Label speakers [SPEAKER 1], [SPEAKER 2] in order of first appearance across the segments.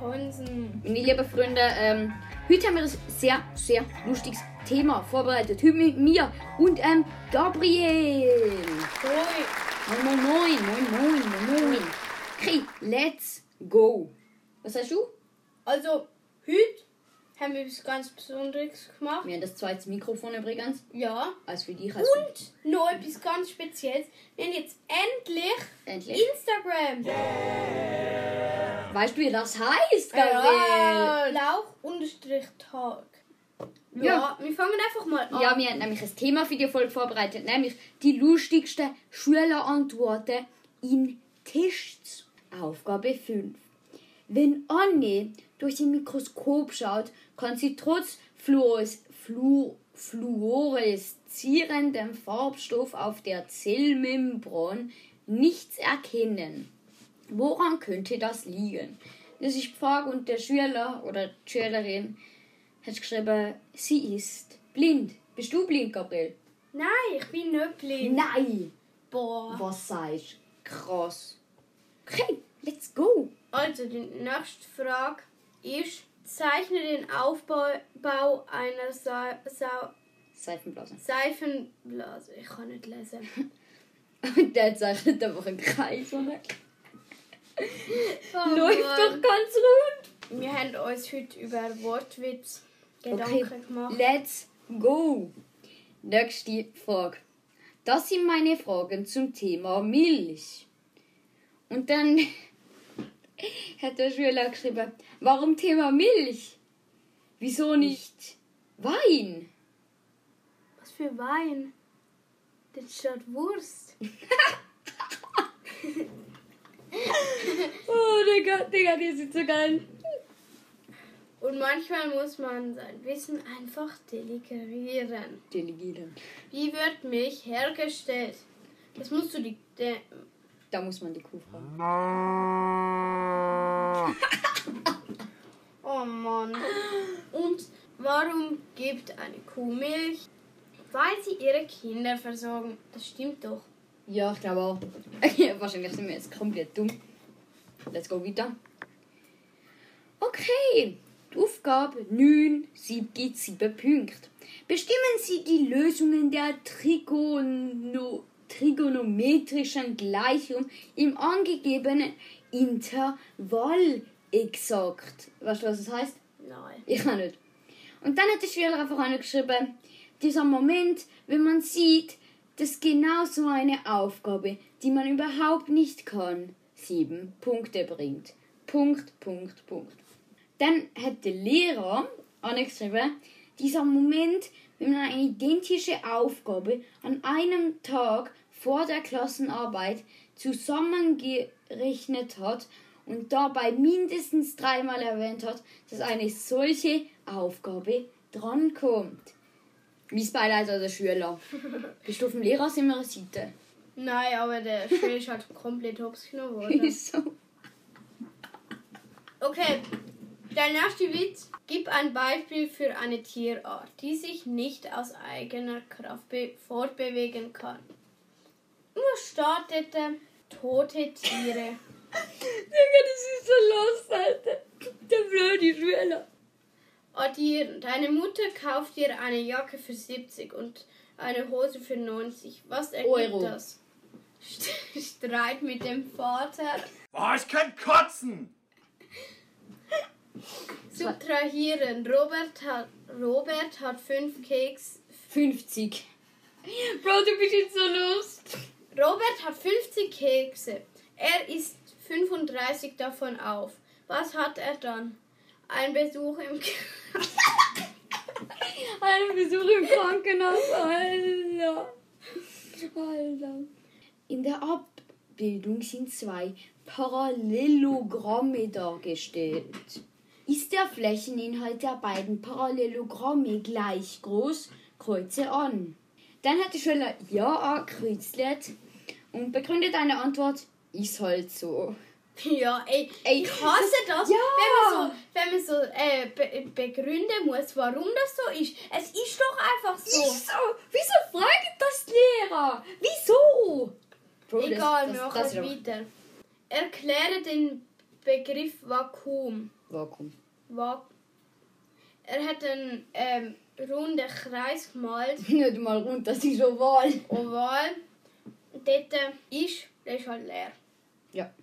[SPEAKER 1] Konsen.
[SPEAKER 2] Liebe Freunde, ähm, heute haben wir das sehr, sehr lustiges Thema vorbereitet. Heute mit mir und ähm, Gabriel.
[SPEAKER 1] Hoi.
[SPEAKER 2] Moin, moin, moin, moin, moin, moin, moin. Okay, let's go. Was hast du?
[SPEAKER 1] Also, heute haben wir was ganz Besonderes gemacht.
[SPEAKER 2] Mir das zweite Mikrofon übrigens.
[SPEAKER 1] Ja.
[SPEAKER 2] Als für dich hast du
[SPEAKER 1] Und noch etwas ganz Spezielles. Wir haben jetzt endlich
[SPEAKER 2] endlich.
[SPEAKER 1] Instagram.
[SPEAKER 2] Weißt du, wie das heißt, Gabriel?
[SPEAKER 1] Ja. Lauch-Tag. Ja.
[SPEAKER 2] Ja.
[SPEAKER 1] wir fangen einfach mal an.
[SPEAKER 2] Ja, wir haben nämlich ein Thema für die Folge vorbereitet, nämlich die lustigsten Schülerantworten in Tests. Aufgabe 5. Wenn Anne durch ein Mikroskop schaut, kann sie trotz fluores, flu, fluoreszierendem Farbstoff auf der Zellmembran nichts erkennen. Woran könnte das liegen? Das ist die Frage und der Schüler oder die Schülerin hat geschrieben, sie ist blind. Bist du blind, Gabriel?
[SPEAKER 1] Nein, ich bin nicht blind.
[SPEAKER 2] Nein!
[SPEAKER 1] Boah.
[SPEAKER 2] Was sagst du? Krass. Okay, let's go!
[SPEAKER 1] Also, die nächste Frage ist: Zeichne den Aufbau Bau einer Sa Sa
[SPEAKER 2] Seifenblasen.
[SPEAKER 1] Seifenblase. Ich kann nicht lesen.
[SPEAKER 2] Und der zeichnet einfach einen Kreis. Oder?
[SPEAKER 1] Oh
[SPEAKER 2] Läuft
[SPEAKER 1] Mann.
[SPEAKER 2] doch ganz rund.
[SPEAKER 1] Wir haben uns heute über Wortwitz
[SPEAKER 2] Okay,
[SPEAKER 1] Gedanken gemacht.
[SPEAKER 2] let's go. Nächste Frage. Das sind meine Fragen zum Thema Milch. Und dann hat der Schüler geschrieben, warum Thema Milch? Wieso nicht Wein?
[SPEAKER 1] Was für Wein? Das steht Wurst.
[SPEAKER 2] Oh, Digga, Digga, die sind so geil.
[SPEAKER 1] Und manchmal muss man sein Wissen einfach delegieren.
[SPEAKER 2] Delegieren.
[SPEAKER 1] Wie wird Milch hergestellt? Das musst du die. De
[SPEAKER 2] Da muss man die Kuh fragen.
[SPEAKER 1] oh Mann. Und warum gibt eine Kuh Milch? Weil sie ihre Kinder versorgen. Das stimmt doch.
[SPEAKER 2] Ja, ich glaube auch. Wahrscheinlich sind wir jetzt komplett dumm. Let's go weiter. Okay, die Aufgabe 9, 7 gibt 7 Punkte. Bestimmen Sie die Lösungen der Trigono trigonometrischen Gleichung im angegebenen Intervall exakt. Weißt du, was das heißt?
[SPEAKER 1] Nein.
[SPEAKER 2] Ich auch nicht. Und dann hat der Schüler einfach einer geschrieben, dieser Moment, wenn man sieht, dass genau so eine Aufgabe, die man überhaupt nicht kann, sieben Punkte bringt. Punkt, Punkt, Punkt. Dann hat der Lehrer angeschrieben, dieser Moment, wenn man eine identische Aufgabe an einem Tag vor der Klassenarbeit zusammengerechnet hat und dabei mindestens dreimal erwähnt hat, dass eine solche Aufgabe drankommt. Mein Beileid an der Schüler. Bist du auf dem Lehrer sind wir Seite?
[SPEAKER 1] Nein, aber der Spiel ist halt komplett hops genommen worden.
[SPEAKER 2] Wieso?
[SPEAKER 1] Okay, der nächste Witz. Gib ein Beispiel für eine Tierart, die sich nicht aus eigener Kraft be- fortbewegen kann. Nur startete tote Tiere.
[SPEAKER 2] Digga, das ist so los, Alter. Der blöde Schüler.
[SPEAKER 1] Addieren. Oh, Deine Mutter kauft dir eine Jacke für 70 und eine Hose für 90. Was ergibt
[SPEAKER 2] Euro.
[SPEAKER 1] das? St- Streit mit dem Vater.
[SPEAKER 3] Oh, ich kann kotzen!
[SPEAKER 1] Subtrahieren. Robert hat, Robert hat fünf Keks
[SPEAKER 2] 50. Bro, du bist jetzt so los.
[SPEAKER 1] Robert hat 50 Kekse. Er isst 35 davon auf. Was hat er dann? Ein Besuch im K-
[SPEAKER 2] Ein Besuch im Krankenhaus, Alter. Alter. In der Abbildung sind zwei Parallelogramme dargestellt. Ist der Flächeninhalt der beiden Parallelogramme gleich groß, kreuze an. Dann hat die Schüler Ja angekreuzelt und begründet eine Antwort, ist halt so.
[SPEAKER 1] Ja, ey,
[SPEAKER 2] Ey,
[SPEAKER 1] ich hasse das,
[SPEAKER 2] ja.
[SPEAKER 1] wenn man so, wenn man so äh, be begründen muss, warum das so ist. Es ist doch einfach so.
[SPEAKER 2] Wieso? Wieso fragt das Lehrer? Wieso?
[SPEAKER 1] Egal, wir machen weiter. Erkläre den Begriff Vakuum.
[SPEAKER 2] Vakuum.
[SPEAKER 1] War, er hat einen ähm, runden Kreis gemalt,
[SPEAKER 2] Nicht mal rund, das ist oval.
[SPEAKER 1] oval. Und dort ist, der ist halt leer.
[SPEAKER 2] Ja,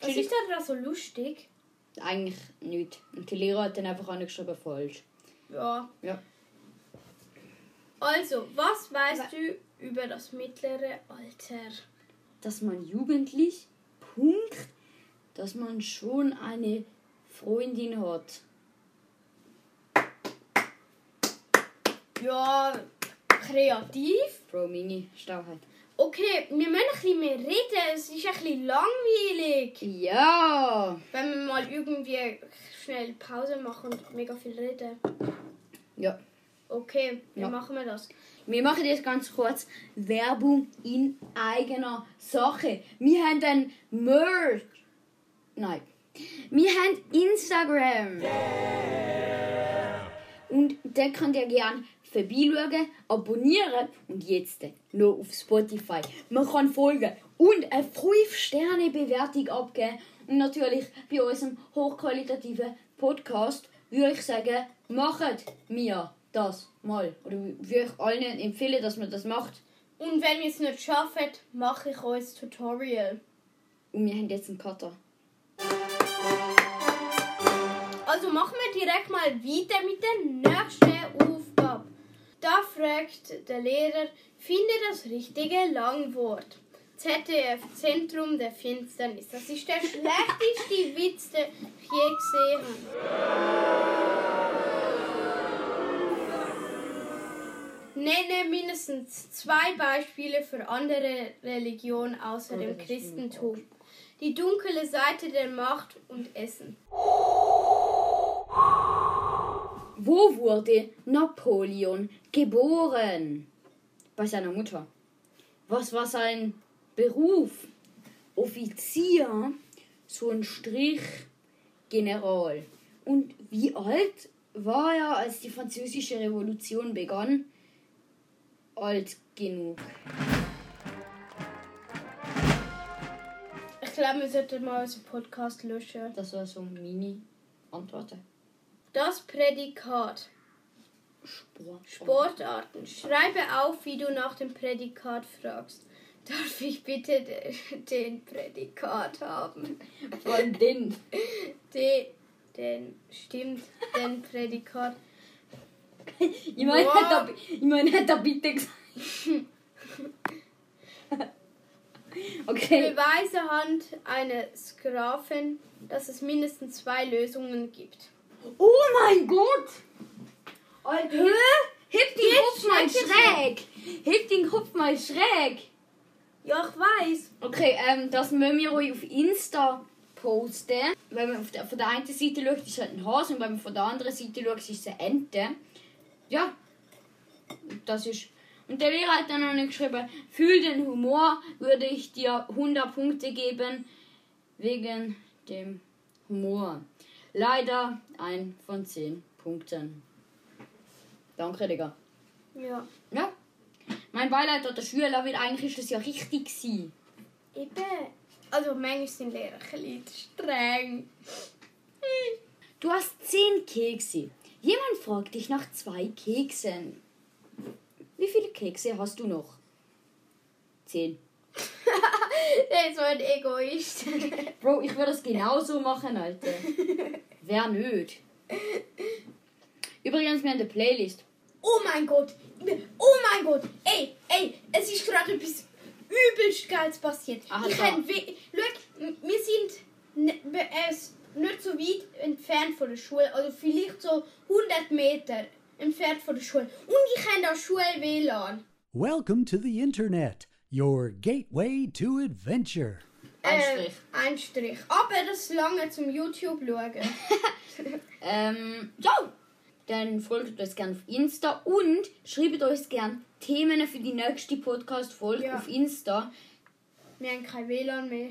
[SPEAKER 1] Was ist daran so lustig?
[SPEAKER 2] eigentlich nicht. Und die Lehrer hat dann einfach angeschrieben, falsch.
[SPEAKER 1] Ja.
[SPEAKER 2] Ja.
[SPEAKER 1] Also, was weißt du über das mittlere Alter?
[SPEAKER 2] Dass man jugendlich, Punkt, dass man schon eine Freundin hat.
[SPEAKER 1] Ja, kreativ.
[SPEAKER 2] Bro, Mini, Stauheit.
[SPEAKER 1] Okay, wir müssen ein bisschen mehr reden. Es ist ein bisschen langweilig.
[SPEAKER 2] Ja!
[SPEAKER 1] Wenn wir mal irgendwie schnell Pause machen und mega viel reden.
[SPEAKER 2] Ja.
[SPEAKER 1] Okay,
[SPEAKER 2] Ja.
[SPEAKER 1] dann machen wir das.
[SPEAKER 2] Wir machen jetzt ganz kurz Werbung in eigener Sache. Wir haben ein Merch. Nein. Wir haben Instagram. Und da könnt ihr gerne vorbeischauen, abonnieren und jetzt noch auf Spotify. Man kann folgen und eine 5-Sterne-Bewertung abgeben. Und natürlich bei unserem hochqualitativen Podcast würde ich sagen, macht mir das mal. Oder würde ich allen empfehlen, dass man das macht.
[SPEAKER 1] Und wenn wir es nicht schaffen, mache ich euch ein Tutorial.
[SPEAKER 2] Und wir haben jetzt einen Cutter.
[SPEAKER 1] Also machen wir direkt mal weiter mit der nächsten Aufgabe. Da fragt der Lehrer, finde das richtige Langwort. ZDF, Zentrum der Finsternis. Das ist der schlechteste Witz, den ich je gesehen habe. Nenne mindestens zwei Beispiele für andere Religionen außer dem Christentum. Die dunkle Seite der Macht und Essen.
[SPEAKER 2] Wo wurde Napoleon geboren? Bei seiner Mutter. Was war sein Beruf? Offizier, so ein Strich, General. Und wie alt war er, als die französische Revolution begann? Alt genug.
[SPEAKER 1] Ich glaube, wir sollten mal unseren Podcast löschen.
[SPEAKER 2] Das war so ein Mini-Antwort.
[SPEAKER 1] Das Prädikat.
[SPEAKER 2] Sport.
[SPEAKER 1] Sportarten. Schreibe auf, wie du nach dem Prädikat fragst. Darf ich bitte de- den Prädikat haben?
[SPEAKER 2] Von den.
[SPEAKER 1] De, den, stimmt, den Prädikat.
[SPEAKER 2] Ich meine,
[SPEAKER 1] Boah.
[SPEAKER 2] hat er, bi- ich meine, hat er bitte gesagt. okay.
[SPEAKER 1] Beweise Hand eines Graphen, dass es mindestens zwei Lösungen gibt.
[SPEAKER 2] Oh mein Gott! Alter. Heb den Kopf mal schräg! Heb den Kopf mal schräg!
[SPEAKER 1] Ja, ich weiß.
[SPEAKER 2] Okay, ähm, das müssen wir euch auf Insta posten. Wenn man auf der, von der einen Seite schaut, ist halt ein Hase und wenn man von der anderen Seite schaut, ist es eine Ente. Ja, das ist... Und der Lehrer hat dann noch nicht geschrieben, für den Humor würde ich dir 100 Punkte geben, wegen dem Humor. Leider ein von 10 Punkten. Danke, Digga.
[SPEAKER 1] Ja.
[SPEAKER 2] Ja, mein Beileid an der Schüler, weil eigentlich ist das ja richtig gewesen.
[SPEAKER 1] Eben. Also manchmal sind Lehrer ein bisschen streng. Hm.
[SPEAKER 2] Du hast zehn Kekse. Jemand fragt dich nach zwei Keksen. Wie viele Kekse hast du noch? Zehn.
[SPEAKER 1] Der ist so ein Egoist.
[SPEAKER 2] Bro, ich würde das genauso machen, Alter. Wer nicht? Übrigens, wir haben eine Playlist.
[SPEAKER 1] Oh mein Gott! Oh mein Gott! Ey, ey, es ist gerade etwas übelst Geiles passiert.
[SPEAKER 2] Aha,
[SPEAKER 1] ich
[SPEAKER 2] da.
[SPEAKER 1] hab we- Schau, m- wir sind n- be- äh, s- nicht so weit entfernt von der Schule, also vielleicht so 100 Meter entfernt von der Schule. Und ich habe da Schul-WLAN.
[SPEAKER 4] Welcome to the internet, your gateway to adventure.
[SPEAKER 1] Äh,
[SPEAKER 2] Ein Strich.
[SPEAKER 1] ein Strich. Aber das lange zum YouTube schauen.
[SPEAKER 2] Ähm, ja. Dann folgt uns gerne auf Insta und schreibt uns gerne Themen für die nächste Podcast-Folge
[SPEAKER 1] Ja.
[SPEAKER 2] auf Insta.
[SPEAKER 1] wir haben kein WLAN mehr.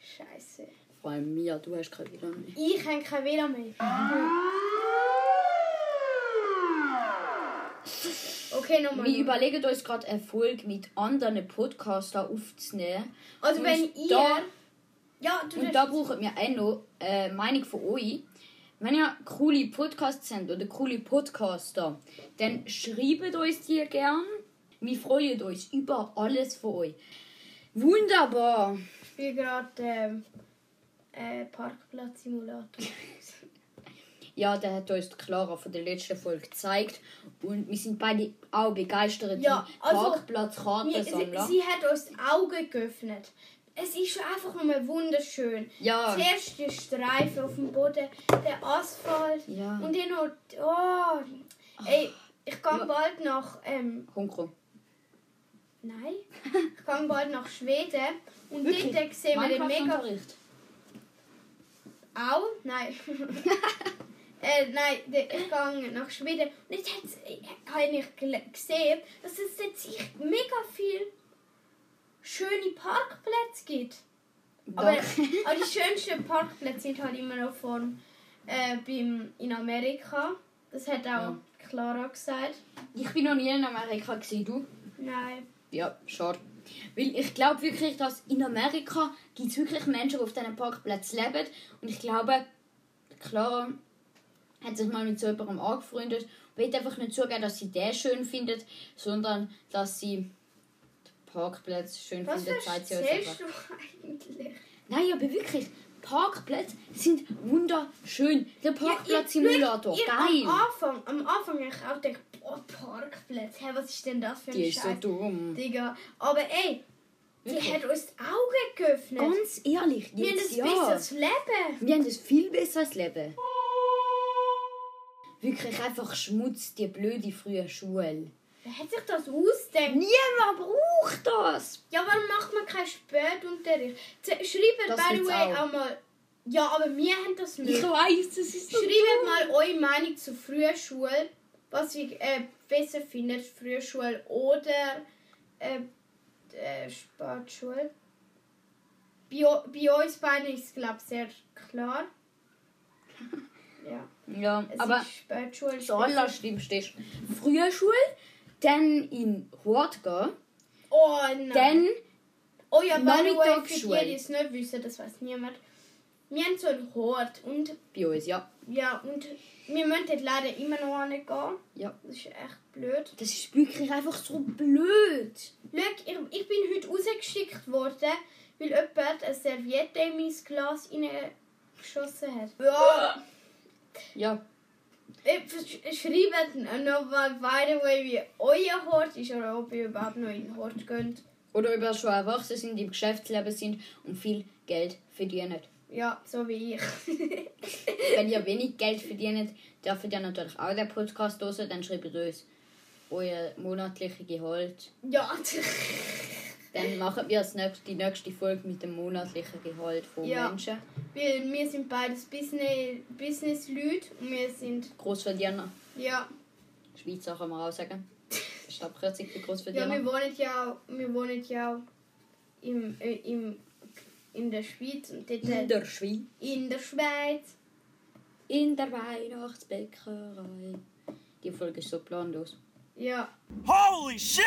[SPEAKER 1] Scheiße.
[SPEAKER 2] Vor allem mir, du hast keine WLAN mehr.
[SPEAKER 1] Ich habe kein WLAN mehr.
[SPEAKER 2] Ah.
[SPEAKER 1] Okay, nochmal.
[SPEAKER 2] Wir überlegen uns gerade Erfolg mit anderen Podcastern aufzunehmen.
[SPEAKER 1] Also
[SPEAKER 2] Und
[SPEAKER 1] wenn ihr
[SPEAKER 2] da-
[SPEAKER 1] Ja, du
[SPEAKER 2] Und da brauchen wir auch noch äh, Meinung von euch. Wenn ihr coole Podcasts habt oder coole Podcaster, dann schreibt uns die gern. Wir freuen uns über alles von euch. Wunderbar!
[SPEAKER 1] spielst gerade ähm, äh, Parkplatz-Simulator.
[SPEAKER 2] Ja, der hat uns die Clara von der letzten Folge gezeigt. Und wir sind beide auch begeisterte
[SPEAKER 1] Ja, also, Mir-
[SPEAKER 2] Parkplatzkartensammler.
[SPEAKER 1] Sie, sie hat uns die Augen geöffnet. Es ist schon einfach nochmal wunderschön.
[SPEAKER 2] Ja.
[SPEAKER 1] Zuerst die Streifen auf dem Boden, der Asphalt
[SPEAKER 2] Ja.
[SPEAKER 1] und dann noch... Oh, ey, ich gehe bald nach... Ähm,
[SPEAKER 2] Hunko.
[SPEAKER 1] nein, ich gehe bald nach Schweden und dort sehen wir den mega...
[SPEAKER 2] Minecraft-Unterricht.
[SPEAKER 1] Au? Nein. äh, nein, de- ich gehe nach Schweden. Und jetzt hat's- äh, habe ich gel- gesehen, dass es dort sich mega viel schöne Parkplätze gibt. Aber, aber
[SPEAKER 2] Danke.
[SPEAKER 1] die schönsten Parkplätze sind halt immer noch von, äh, beim, in Amerika. Das hat auch Clara gesagt.
[SPEAKER 2] Ich bin noch nie in Amerika gesehen, du.
[SPEAKER 1] Nein.
[SPEAKER 2] Ja, schade. Weil ich glaube wirklich, dass in Amerika gibt es wirklich Menschen, die auf diesen Parkplätzen leben. Und ich glaube, Clara hat sich mal mit so jemandem angefreundet und will einfach nicht zugeben, dass sie den schön findet, sondern dass sie den Parkplatz schön
[SPEAKER 1] Was
[SPEAKER 2] findet. sagt sie uns
[SPEAKER 1] erzählst
[SPEAKER 2] einfach.
[SPEAKER 1] du eigentlich?
[SPEAKER 2] Nein, aber wirklich, Parkplätze sind wunderschön. Der Parkplatz-Simulator,
[SPEAKER 1] Ja, ihr- ihr-
[SPEAKER 2] geil.
[SPEAKER 1] Am Anfang, am Anfang hab ich auch gedacht, boah, Parkplatz, hä, was ist denn das für ein
[SPEAKER 2] Die ist so
[SPEAKER 1] Scheiß?
[SPEAKER 2] dumm.
[SPEAKER 1] Digga. Aber ey, die
[SPEAKER 2] Wirklich?
[SPEAKER 1] hat uns die Augen geöffnet.
[SPEAKER 2] Ganz ehrlich,
[SPEAKER 1] wir haben ein
[SPEAKER 2] jetzt ja.
[SPEAKER 1] besseres Leben.
[SPEAKER 2] Wir haben ein viel besseres Leben. Wirklich einfach Schmutz, die blöde frühe Schule.
[SPEAKER 1] Wer hat sich das ausgedacht?
[SPEAKER 2] Niemand braucht das!
[SPEAKER 1] Ja, warum macht man keinen Spätunterricht? Z- Schreibt,
[SPEAKER 2] Das
[SPEAKER 1] by the
[SPEAKER 2] gibt's
[SPEAKER 1] way,
[SPEAKER 2] auch.
[SPEAKER 1] auch. mal. Ja, aber wir haben das
[SPEAKER 2] Ich
[SPEAKER 1] nicht.
[SPEAKER 2] weiß, das ist so
[SPEAKER 1] Schreibt mal eure Meinung zu früher Schule, was ihr äh, besser findet, früher Schule oder äh, äh, Sportschule. Bei, o- bei uns beiden ist es, glaube ich, sehr klar. Ja,
[SPEAKER 2] dumm. Ja,
[SPEAKER 1] es
[SPEAKER 2] aber
[SPEAKER 1] ist Sportschule.
[SPEAKER 2] das Allerschlimmste ist frühe Schule, dann in Hort gehen,
[SPEAKER 1] Oh nein.
[SPEAKER 2] dann
[SPEAKER 1] oh ja, by the way, für
[SPEAKER 2] Nachmittagsschule.
[SPEAKER 1] die, die es nicht wissen, das weiß niemand. Wir haben so einen Hort und
[SPEAKER 2] bei uns, ja.
[SPEAKER 1] Ja, und wir müssen dort leider immer noch hingehen.
[SPEAKER 2] ja.
[SPEAKER 1] Das ist echt blöd.
[SPEAKER 2] Das ist wirklich einfach so blöd.
[SPEAKER 1] Schau, ich, ich bin heute rausgeschickt worden, weil jemand eine Serviette in mein Glas hineingeschossen hat. Ja,
[SPEAKER 2] Ja,
[SPEAKER 1] ich versch- schreibt nochmal, by the way, wie euer Hort ist oder ob ihr überhaupt noch in den Hort geht.
[SPEAKER 2] oder über schon Erwachsene sind, die im Geschäftsleben sind und viel Geld verdienen.
[SPEAKER 1] Ja, so wie ich.
[SPEAKER 2] Wenn ihr wenig Geld verdient, dürft ihr natürlich auch den Podcast hören. Dann schreibt ihr uns euer monatliches Gehalt.
[SPEAKER 1] ja,
[SPEAKER 2] Dann machen wir das nächste, die nächste Folge mit dem monatlichen Gehalt von
[SPEAKER 1] Ja.
[SPEAKER 2] Menschen.
[SPEAKER 1] weil wir sind beides Business- Business-Leute und wir sind,
[SPEAKER 2] Großverdiener.
[SPEAKER 1] ja,
[SPEAKER 2] Schweizer kann man auch sagen. Das ist die Abkürzung für
[SPEAKER 1] Ja,
[SPEAKER 2] Großverdiener.
[SPEAKER 1] wir wohnen ja, auch- wir wohnen ja auch im, äh, im, in der Schweiz und dort
[SPEAKER 2] in der Schweiz.
[SPEAKER 1] in der Schweiz.
[SPEAKER 2] In der Weihnachtsbäckerei. Die Folge ist so planlos.
[SPEAKER 1] Ja,
[SPEAKER 3] Holy shit!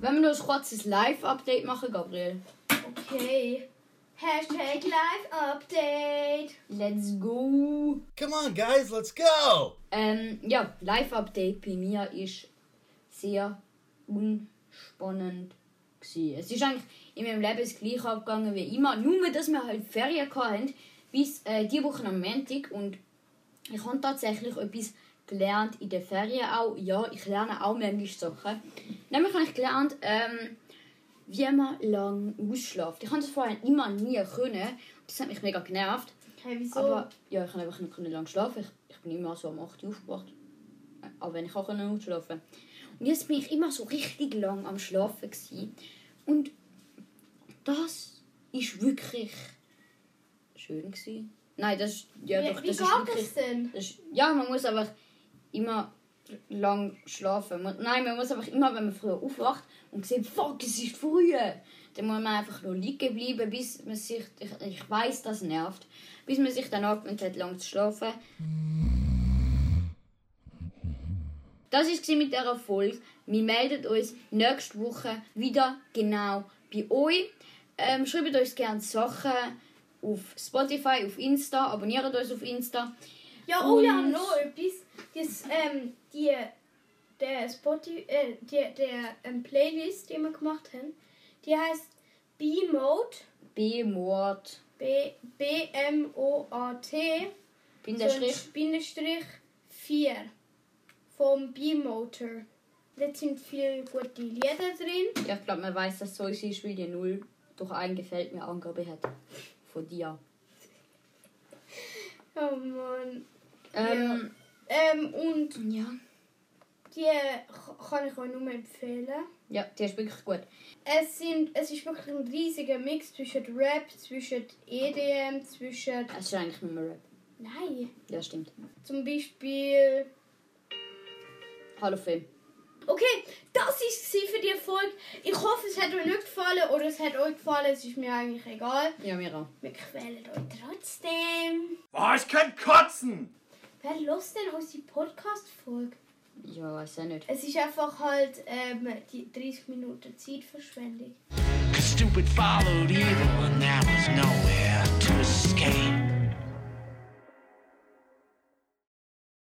[SPEAKER 2] Wenn wir noch ein kurzes Live-Update machen, Gabriel.
[SPEAKER 1] okay. Hashtag Live Update.
[SPEAKER 2] Let's go!
[SPEAKER 5] Come on, guys, let's go!
[SPEAKER 2] Ähm, ja, Live-Update bei mir ist sehr unspannend. Gewesen. Es ist eigentlich in meinem Leben das gleiche abgegangen wie immer. Nur, dass wir halt Ferien hatten, bis äh, die Woche am Montag. Und ich habe tatsächlich etwas gelernt in den Ferien auch. Ja, ich lerne auch manchmal Sachen. Nämlich habe ich gelernt, ähm, wie man lang ausschläft. Ich konnte das vorher immer nie können. Das hat mich mega genervt.
[SPEAKER 1] Hey, wieso?
[SPEAKER 2] Aber ja, ich konnte einfach nicht können lang schlafen. Ich, ich bin immer so um 8 Uhr aufgewacht. Äh, Auch wenn ich auch können ausschlafen Und jetzt bin ich immer so richtig lang am Schlafen. Gewesen. Und das ist wirklich schön. Gewesen. Nein, das ist. Ja,
[SPEAKER 1] wie
[SPEAKER 2] doch,
[SPEAKER 1] wie
[SPEAKER 2] das ist
[SPEAKER 1] geht
[SPEAKER 2] wirklich.
[SPEAKER 1] es denn?
[SPEAKER 2] Das ist, ja, man muss einfach immer lang schlafen. Man, nein, man muss einfach immer, wenn man früher aufwacht und sieht, fuck, es ist früh, dann muss man einfach nur liegen bleiben, bis man sich, ich, ich weiß, das nervt, bis man sich dann angewöhnt hat, lang zu schlafen. Das war mit dieser Folge. Wir melden uns nächste Woche wieder genau bei euch. Ähm, schreibt uns gerne Sachen auf Spotify, auf Insta, abonniert uns auf Insta.
[SPEAKER 1] Ja, oh ja,
[SPEAKER 2] Und-
[SPEAKER 1] noch etwas. Das, ähm, die, der Spotify, äh, die, der ähm, Playlist, die wir gemacht haben, die heißt B-Mode,
[SPEAKER 2] B-Mord.
[SPEAKER 1] B- B-M-O-A-T,
[SPEAKER 2] Bin der
[SPEAKER 1] so ein
[SPEAKER 2] Schrift.
[SPEAKER 1] Bindestrich 4 vom B-Motor. Dort sind viele gute Lieder drin.
[SPEAKER 2] Ja, ich glaube, man weiß, dass so ist, will die Null durch einen gefällt mir Angabe hat. Von dir.
[SPEAKER 1] Oh Mann.
[SPEAKER 2] Ähm,
[SPEAKER 1] Ähm, und
[SPEAKER 2] ja.
[SPEAKER 1] die k- kann ich euch nur empfehlen.
[SPEAKER 2] Ja, die ist wirklich gut.
[SPEAKER 1] Es, sind, es ist wirklich ein riesiger Mix zwischen Rap, zwischen EDM, zwischen.
[SPEAKER 2] Es ist eigentlich nicht mehr Rap.
[SPEAKER 1] Nein.
[SPEAKER 2] Ja, stimmt.
[SPEAKER 1] Zum Beispiel.
[SPEAKER 2] Hallo Film.
[SPEAKER 1] Okay, das war für die Folge. Ich hoffe, es hat euch nicht gefallen oder es hat euch gefallen. Es ist mir eigentlich egal.
[SPEAKER 2] Ja, mir auch.
[SPEAKER 1] Wir quälen euch trotzdem.
[SPEAKER 3] Boah, ich kann kotzen!
[SPEAKER 1] Wer lost denn unsere Podcast-Folge?
[SPEAKER 2] Ja, weiß auch nicht.
[SPEAKER 1] Es ist einfach halt ähm, die 30 Minuten Zeitverschwendung.
[SPEAKER 6] Cause stupid followed evil and that was nowhere.